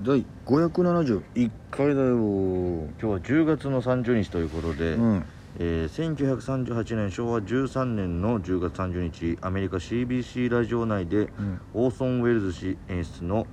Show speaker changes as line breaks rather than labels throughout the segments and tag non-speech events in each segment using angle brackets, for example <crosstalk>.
第571回だよ
今日は10月の30日ということで、
うん
えー1938年昭和13年の10月30日アメリカ CBC ラジオ内で、
ん
オーソン・ウェルズ氏演出の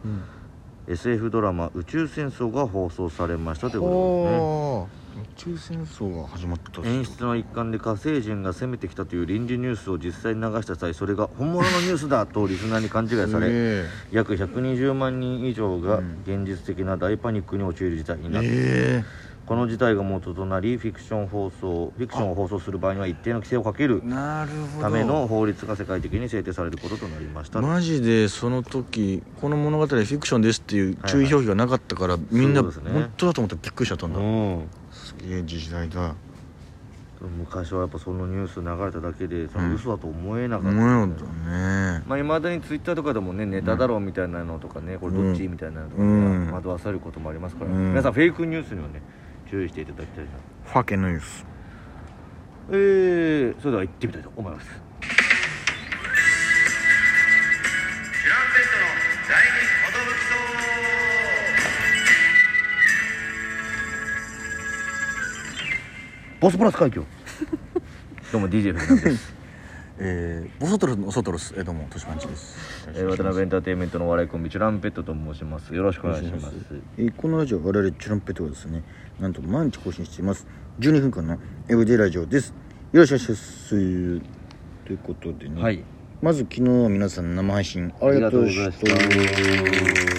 SF ドラマ「宇宙戦争」が放送されましたというこ
はあ日中戦争が始まった
と
っ
ですね
す
演出の一環で火星人が攻めてきたという臨時ニュースを実際に流した際それが本物のニュー
<laughs>
スだとリスナーに勘違いされ
え
約120万人以上が
うん
現実的な大パニックに陥る事態になった、
え
この事態が元となりフィクション放送フィクションを放送する場合には一定の規制をかける
なるほど
ための法律が世界的に制定されることとなりました、
マジでその時この物語はフィクションですっていう注意表記がなかったから、みんな
そうですね
本当だと思ってびっくりしちゃったんだ、
うん
すげえ時代だ
昔はやっぱそのニュース流れただけでそ
うん
の嘘だと思えなか
思
った、
うんだね
まあ、未だにツイッターとかでもねネタだろうみたいなのとかね、これどっち
うん
みたいなのとか
うん
ね惑わされることもありますから、
うん
皆さんフェイクニュースにはね注意していただきたいな
ファケニュース
えー、それでは行ってみたいと思いますボスプラス海 <laughs> 峡どうも DJ フェルナンデス、
えー、ボソトルのソトロスえーどうもトシパンチです
<laughs> えー、渡辺エンターテインメントのお笑いコンビチュランペットと申しますよろしくお願いします
えーこのラジオ我々チュランペットはですねなんと毎日更新しています12分間のエブディラジオですよろしくお願いしますということでね、
はい
まず昨日は皆さん生配信ありがとうございました
ありがとうございまし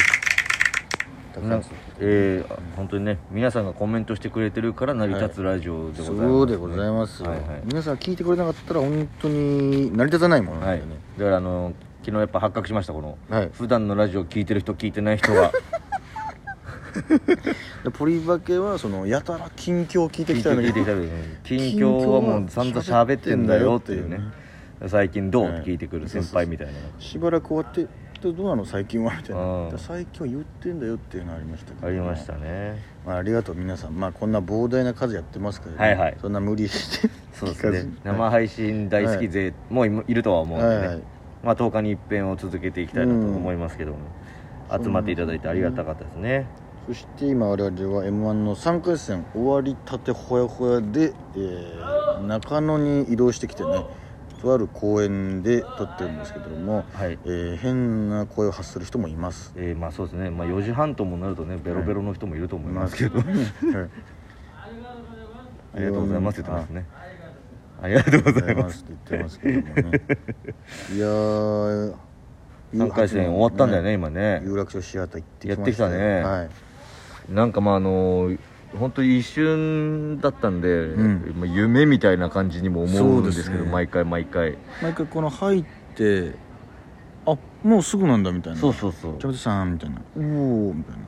た
たくさ
なんんかえー、あ本当にね皆さんがコメントしてくれてるから成り立つラジオでございます、ね
そうでございますよ、
はいはい
皆さん聞いてくれなかったら本当に成り立たないものな
は
ん
い
でね、
だからあの昨日やっぱ発覚しましたこの、
はい
普段のラジオ聞いてる人聞いてない人
<laughs>
が
でポリバケはそのやたら近況を聞いて
聞
き
いて
たん
る
だ
聞
け
いて
ど
きたりね近況はもう散々喋ってんだよっていう
近
ね
況は喋ってんだよ
最近どう、
はい
って聞いてくる先輩みたいな
しばらく終わって「どうなの最近は」みたいな
うん
だから最近は言ってんだよっていうのありましたけど
ありましたね
まあ、ありがとう皆さんまあこんな膨大な数やってますけど、ね
はいはい
そんな無理して
そうです
聞かず
ね
に
生配信大好き勢、もういいるとは思うんでね、
はいはい
まあ、10日に一遍を続けていきたいなと思いますけども、
ん
集まっていただいてありがたかったですね、
そして今我々は m 1の3回戦終わりたてほやほやで、えー中野に移動してきてねとある公園で撮ってるんですけども、
はい
えー変な声を発する人もいます
えーまあそうですね、まあ、4時半ともなるとねベロベロの人もいると思いますけど、
はい
ありがとうございますって言ってますねありがとうご
ありがとうご
ざ
ざ
い
いま
ますす
って言ってますけど
<laughs>
もねいやー
3回戦終わったんだよね今ね
有楽町シアター行ってきました
やってきたね
はい
なんかまああの本当に一瞬だったんで、
ん
まあ夢みたいな感じにも思うんですけ
そうで
ど
すね
毎回毎回
毎回この入ってあもうすぐなんだみたいな
そうそうそう
ちょっとさんみたいなおおみたいな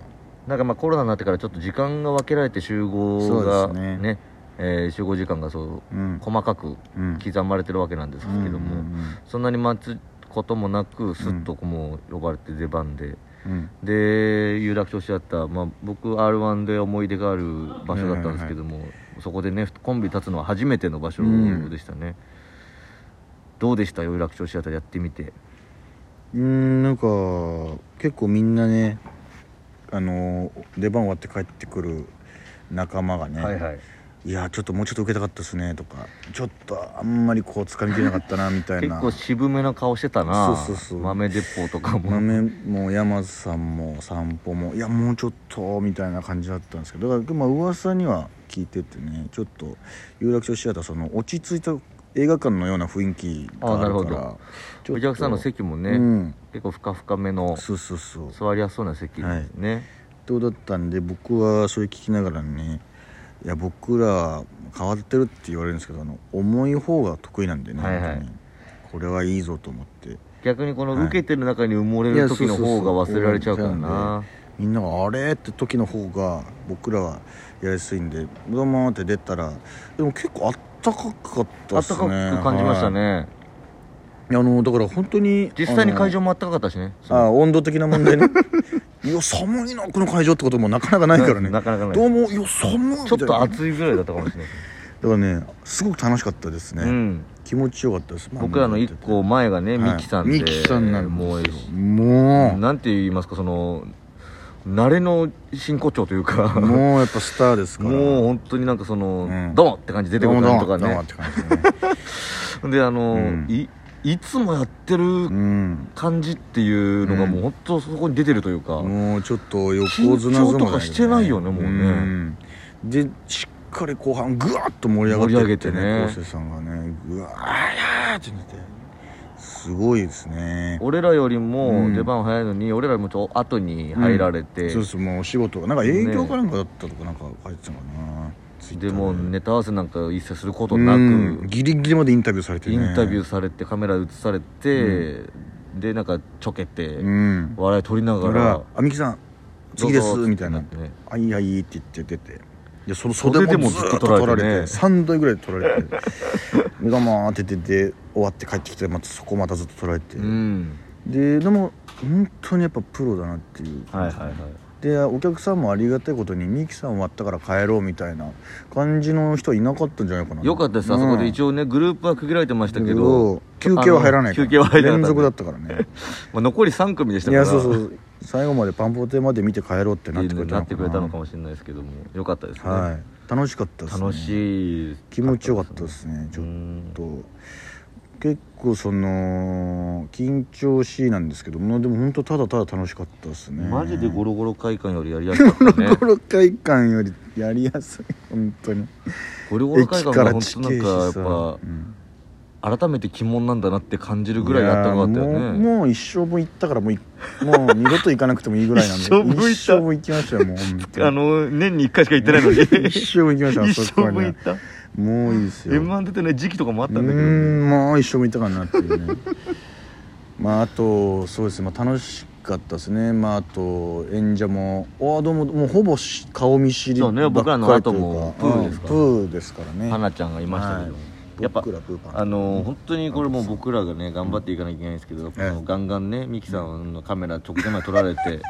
なんかまあコロナになってからちょっと時間が分けられて集合
そ
が
うですね
ねえー集合時間がそう
うん
細かく
うん
刻まれてるわけなんですけども、
うん
そんなに待つこともなくすっとこうもう呼ばれて出番で。
うん
で有楽町市だった、まあ、僕 r 1で思い出がある場所だったんですけども、そこでねコンビ立つのは初めての場所でしたね、どうでした有楽町シアターやってみて
うんうんなんか結構みんなねあの出番終わって帰ってくる仲間がね、
い
いやちょっともうちょっと受けたかったですねとかちょっとあんまりこう掴みきれなかったなみたい
<laughs> 結
な
構渋めの顔してたな
そうそうそう
豆鉄砲とかも
豆も山津さんも散歩もいやもうちょっとみたいな感じだったんですけどだからまあ噂には聞いててねちょっと有楽町シアターその落ち着いた映画館のような雰囲気がある
あなるほ
か
ど
らちょっと
お客さんの席もね、
うん
結構ふかふかめの
そうそうそう
座りやすそうな席ですね、
どうだったんで僕はそれ聞きながらねいや僕ら変わってるって言われるんですけどあの重い方が得意なんでね、
はいはい
本当にこれはいいぞと思って
逆にこ
はい
の受けてる中に埋もれ
いや
る
そうそ
時
うそ
の
う
方が忘れられちゃうからな
みんなが「あれ?」って時の方が僕らはやりやすいんで「どうも」って出たらでも結構あったかかった
あ
っ
った
す
か
ね
く感じました
は
ね、
いあのだから本当に
実際に会
あ
場もあったかかったしねそ
の
の
あ温度的な問題ね <laughs> いや寒いなこの会場ってこともなかなかないからね
なかなかない
どうもいや寒い
ちょっと
みたいな
暑いぐらいだったかもしれない
だからねすごく楽しかったですね、
うん、
気持ちよかったです、まあ
僕らの一個前がね、
はい
ミキさんで
ミキさんなんです
もう
よもう
なんて言いますかその慣れの真骨頂というかも
もうやっぱスターです
う
から
本当になんかその、
うん
どうもって感じで出て
ど
く
うも
る
どう
なん
もどうも
とかね
って感じでね
<laughs> であの、
うん
いいつもやって
う
る
ん
感じっていうのが
うん
もう本当そこに出てるというか、
もうちょっと横綱相撲
緊張とかしてないよねもうね
んでしっかり後半ぐわっと盛り上がってって
盛り上げてね
ね昴生さんがねぐわーってなってすごいですね
俺らよりも
うん
出番早いのに、俺らよりもちょっと後に入られて、
そうそうもうお仕事がなんか営業かなんかだったとかなんか書いてたのかなツイッター
でもうネタ合わせなんか一切することなく、
うんギリギリまでインタビューされて
イ
ね
ンタビューされてカメラ映されて、でなんかちょけて、
うん
笑い取りな
だ
が
からら「あみきさん次です」みたいな
どうぞってなってね
「あいあい」って言って出てでその
袖
袖
でも
も
ず
ず
っ
っ
と
と
取
取
ら
ら
れ
れ
て
て3度ぐらい取られて「目がまーって出て終わって帰ってきてまたそこまたずっと取られて
うん
ででも本当にやっぱプロだなっていう
はいはいはい
でお客さんもありがたいことに「ミキさん終わったから帰ろう」みたいな感じの人いなかったんじゃないかな
よかったです、あそこで一
応
応ねグループは区切られてましたけ
け
ど、
ど休憩は入らないから
休憩は入らな
連
かった
続だったからね
まあ、残り3組でした
い
から
やそうそう最後までパンポテまで見て帰ろうってなってくれた
なってくれたの
か
かもしれないですけどもよかったです
な
ね、
はい楽しかったですね
楽しい
気持ちよかったですねちょっ
うん
と結構その緊張しいなんですけどもでも本当ただただ楽しかったですね
マジでゴロゴロ会館よりやりやすかったね
ゴロ会館よりやりやすい本当に
ゴロゴロ会
駅
館
か
が
ら
本
地
当なん
形
かや
し
っ
さ
ぱ
うん
改めて鬼門なんだなって感じるぐらいやったかったよ
いやーもう
ね
もう一生も行ったからもういもう二度と行かなくてもいいぐらいなんで
<laughs> 一生も行った
一生も行きましたよもう本当に
あの年に1回しか行ってないのに
<laughs> 一生も行きましたあ
一
そ
生
こ
分
に
行った
もういいですよ
m 1出てない時期とかもあったんだけど
うー
ね
んもう一生もいたかなっていう
<laughs>
ねまああとそうですね、まあ、楽しかったですねまああと演者もああどうももうほぼし顔見知り
そう
ばっか
ね
り
僕らの後
というか
もプーですから
うんプーですからね
花ちゃんがいましたけど、
は
やっぱ
僕らプーパン
あの本当にこれもう僕らがね頑張っていかなきゃいけないんですけど、
ええ
あのガンガンねミキさんのカメラ直前まで撮られて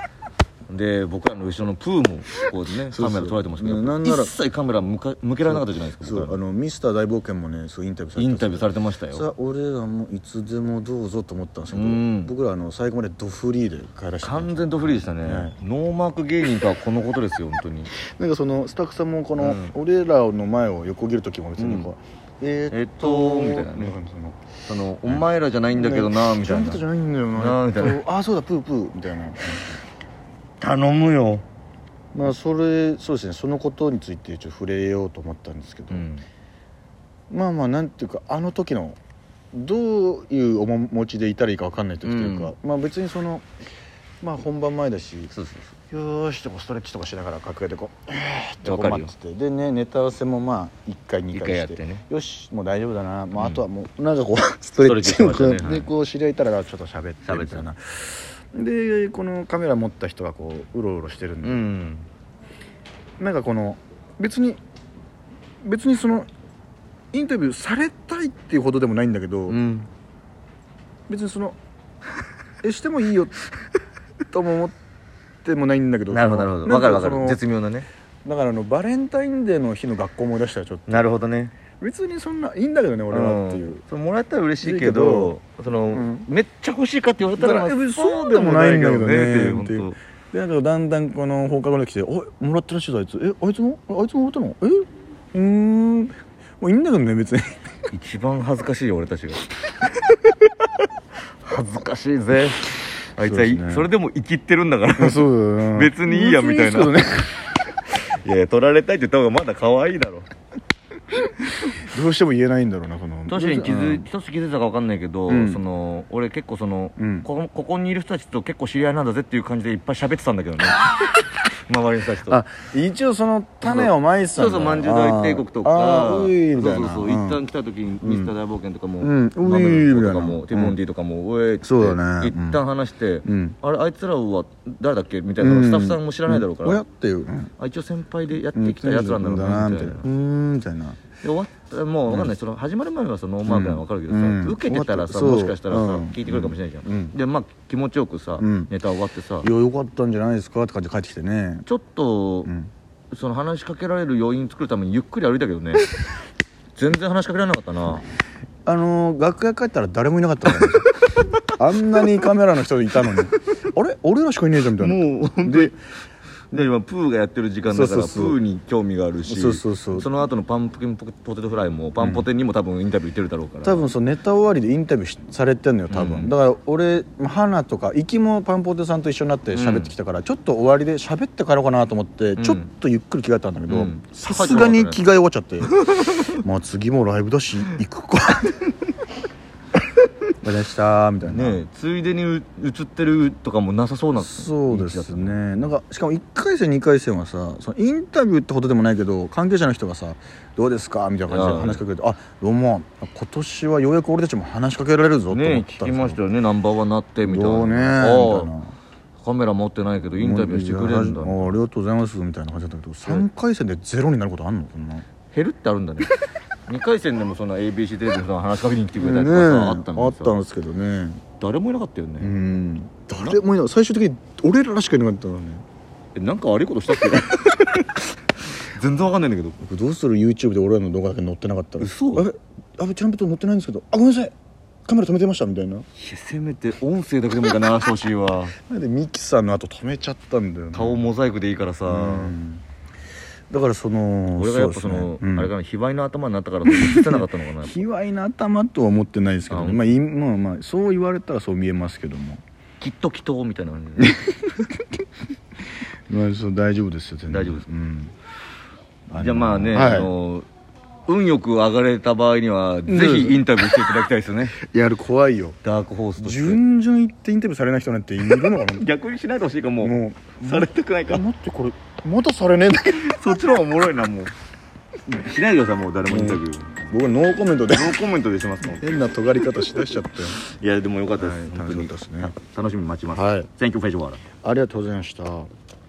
で僕らの後ろのプーもこうね
そうそう
カメラ撮られてましたけど
ねなんなら
一切カメラ向か向けられなかったじゃないですか
そう
僕
あ
ら
のミスター大冒険もねそうインタビューされ
イ
て
ンタビューさ
れ
れてましたよ
さあ俺らもいつでもどうぞと思ったんですけど
うん
僕らあの最後までドフリーで帰らせてもらって
完全とフリーでしたね、
はい
ノーマーク芸人とはこのことですよ本当に
なんかそのスタッフさんもこ
う
の
ん
俺らの前を横切る時も別にこう、えー
えっとみたいなねそのお前らじゃないんだけどな、みたい
ジャンプじゃ
な
ないんだよな
なあみたいな
えっとあそうだプープーみたい
<laughs>
な
頼むよ、
まあそれそうですねそのことについてちょっと触れようと思ったんですけど、
うん、
まあまあなんていうかあの時のどういう面持ちでいたらいいかわかんない時というか、まあ別にそのまあ本番前だし
そうそう
よーしとこうストレッチとかしながら楽屋でこうえーって
わ
こ
か
う
る
待
よ
っててでねネタ合わせもまあ1回
そう
2
一
回
回や
し
っててね
よしもう大丈夫だな、まあ、
うん
あとはもうなんかこうストレッチを
ス
こ
トレ
う
ッチしてましたねは
で
い
こう知り合いたらちょっと喋ってみたいなでこのカメラ持った人がこううろうろしてるんで、
うん
なんかこの別に別にそのインタビューされたいっていうほどでもないんだけど、
うん
別にそのえしてもいいよとも思ってもないんだけど
<laughs> なるほどなるほどわ
ん
かるわか
そ
る
の
絶妙なね
だからあのバレンタインデーの日の学校思い出したらちょっと
なるほどね
別にそんないいんだけどね俺はっていう、
ん、それもらったら嬉しいけどその、
ん
めっちゃ欲しいかって言われたら
だから
まあ
えそうでもないんだけどね
そうでもないけどねっていう
ってでなんかだんだんこの放課後に来て「おいもらってらっしゃるあいつえあいつもあいつももらったのえうーんもういいんだけどね別に
本当一番恥ずかしいよ俺たちが恥ずかしいぜあいつ
そ
は
うで
いそ,、
すね
れでも生きってるんだからい
そうだよな
別にいいやみたいな
別にです
や <laughs> いや取られたいって言った方がまだ可愛いだろ
けどねどうしても言えないんだろうなこの
確かに気づい確かに気づいたか分かんないけど、
うん
その俺結構その、
うん
こここにいる人たちと結構知り合いなんだぜっていう感じでいっぱい喋ってたんだけ
<laughs>
どね周りの人たちと
あ一応その種をまいてた
そ
ん
う
だ
そう、まんじゅう大帝国と
あ
か、
ー
そう
ういみたいな
そうそう、一旦来た時に、
ん
ミスター大冒険とかも、
うんうい
マメルコとか
みたい
も、
な
ティモンディとかも、おえって、
そうだね
一旦話して
う、ん
あれ、あいつらは誰だっけみたい
うん
な、スタッフさんも知らないだろうか
ん親
ら
っ、ていううん
あ、一応先輩でやってきたやつらなんだろうな、みたいな。
うーんみたいな
で終わったもうわかんない、その始まる前はそのノーマークはわかるけどさ、
うん
受けてたらさ
終わ
も
った
しかしたらさ、
そううん
聞いてくるかもしれないじゃん、
うん
でまあ気持ちよくさ、
うん
ネタ終わってさ
いやよかったんじゃないですかって感じで帰ってきてね
ちょっと、
うん
その話しかけられる要因作るためにゆっくり歩いたけ
<laughs>
どね全然話しかけられなかったな
あのー楽屋帰ったら誰もいなかったんだよあんなにカメラの人いたのにあれ俺らしかいねえじゃんみたいな
もう
で
で今プーがやってる時間だから
そうそうそう
プーに興味があるし
そうそうそう
その後のパンプキンポテトフライもパンポテにも多分インタビュー行ってるだろうから、
多分そうネタ終わりでインタビューしされてんのよ多分、
うん
だから俺まあ花とか行きもパンポテさんと一緒になって喋ってきたから、ちょっと終わりで喋ってからかなと思って、
ん
ちょっとゆっくり着替えたんだけ
う
ど
ん
さすがに着替え終わっちゃってまあ次もライブだし行く <laughs> かお疲れ様でしたみたいな、
ねえついでにう映ってるとかもなさそうな
そうです
ね
ねなんかしかも1回戦2回戦はさそのインタビューってほどでもないけど関係者の人がさ「どうですか?」みたいな感じで話しかけて「あどうも今年はようやく俺たちも話しかけられるぞ」と思った
ね
んで
え
す
聞
よ
きましたよねナンバーワンなってみたいな
どうねみ
ああ
たいな
カメラ持ってないけどインタビューしてくれるんだ
ああありがとうございますみたいな感じだったけど3回戦でゼロになることあんのこんな
減るってある
<laughs>
んだね2回戦でもその ABC テレビの人が話しかけに来てくれたりとかさ、あった
あ
の
っ
にさ
たんですけどね
誰もいなかったよ
う
ね、
ん誰もいない最終的に俺らしかいなかったのね
えなんか悪いことしたっ
<laughs>
け全然わかんないんだけど
僕どうする YouTube で俺らの動画だけ載ってなかったら
嘘
あれあれチャンプと載ってないんですけどあごめんなさいカメラ止めてましたみたいな
せめて音声だけでもいいから流してほしいわ
なんでミキさんの後止めちゃったんだよ、ね、
顔モザイクでいいからさ、
うんだからその
俺がやっぱその
うですねうん
あれかな卑猥な頭になったから映ってなかったのかな
卑猥な頭とは思ってないですけど、ね
あ
まあいまあまあそう言われたらそう見えますけども、
きっときっとみたいな感じで
まあ、そう大丈夫ですよ全然
大丈夫です
うんの
じゃあまあね、
はい
あの運よく上がれた場合にはぜひインタビューしていただきたいですよね
いやあれ怖いよ
<laughs> ダークホースとして
順々行ってインタビューされない人なんているのかな
逆にしないでほしいかもう
も
されたくないう
あ
か
待ってこれまたされねえんだけど
<laughs> そっちの方がおもろいなもうしないでくださいもう誰もインタビュー、
僕はノーコメントで
ノーコメントでしますも
<laughs>
ん
変な尖り方しだしちゃったよ
いやでもよかったです、
はい
本当
楽し
に
かったですね
楽しみに待ちます、
はい
選挙フェジョアラ
ありがとうございました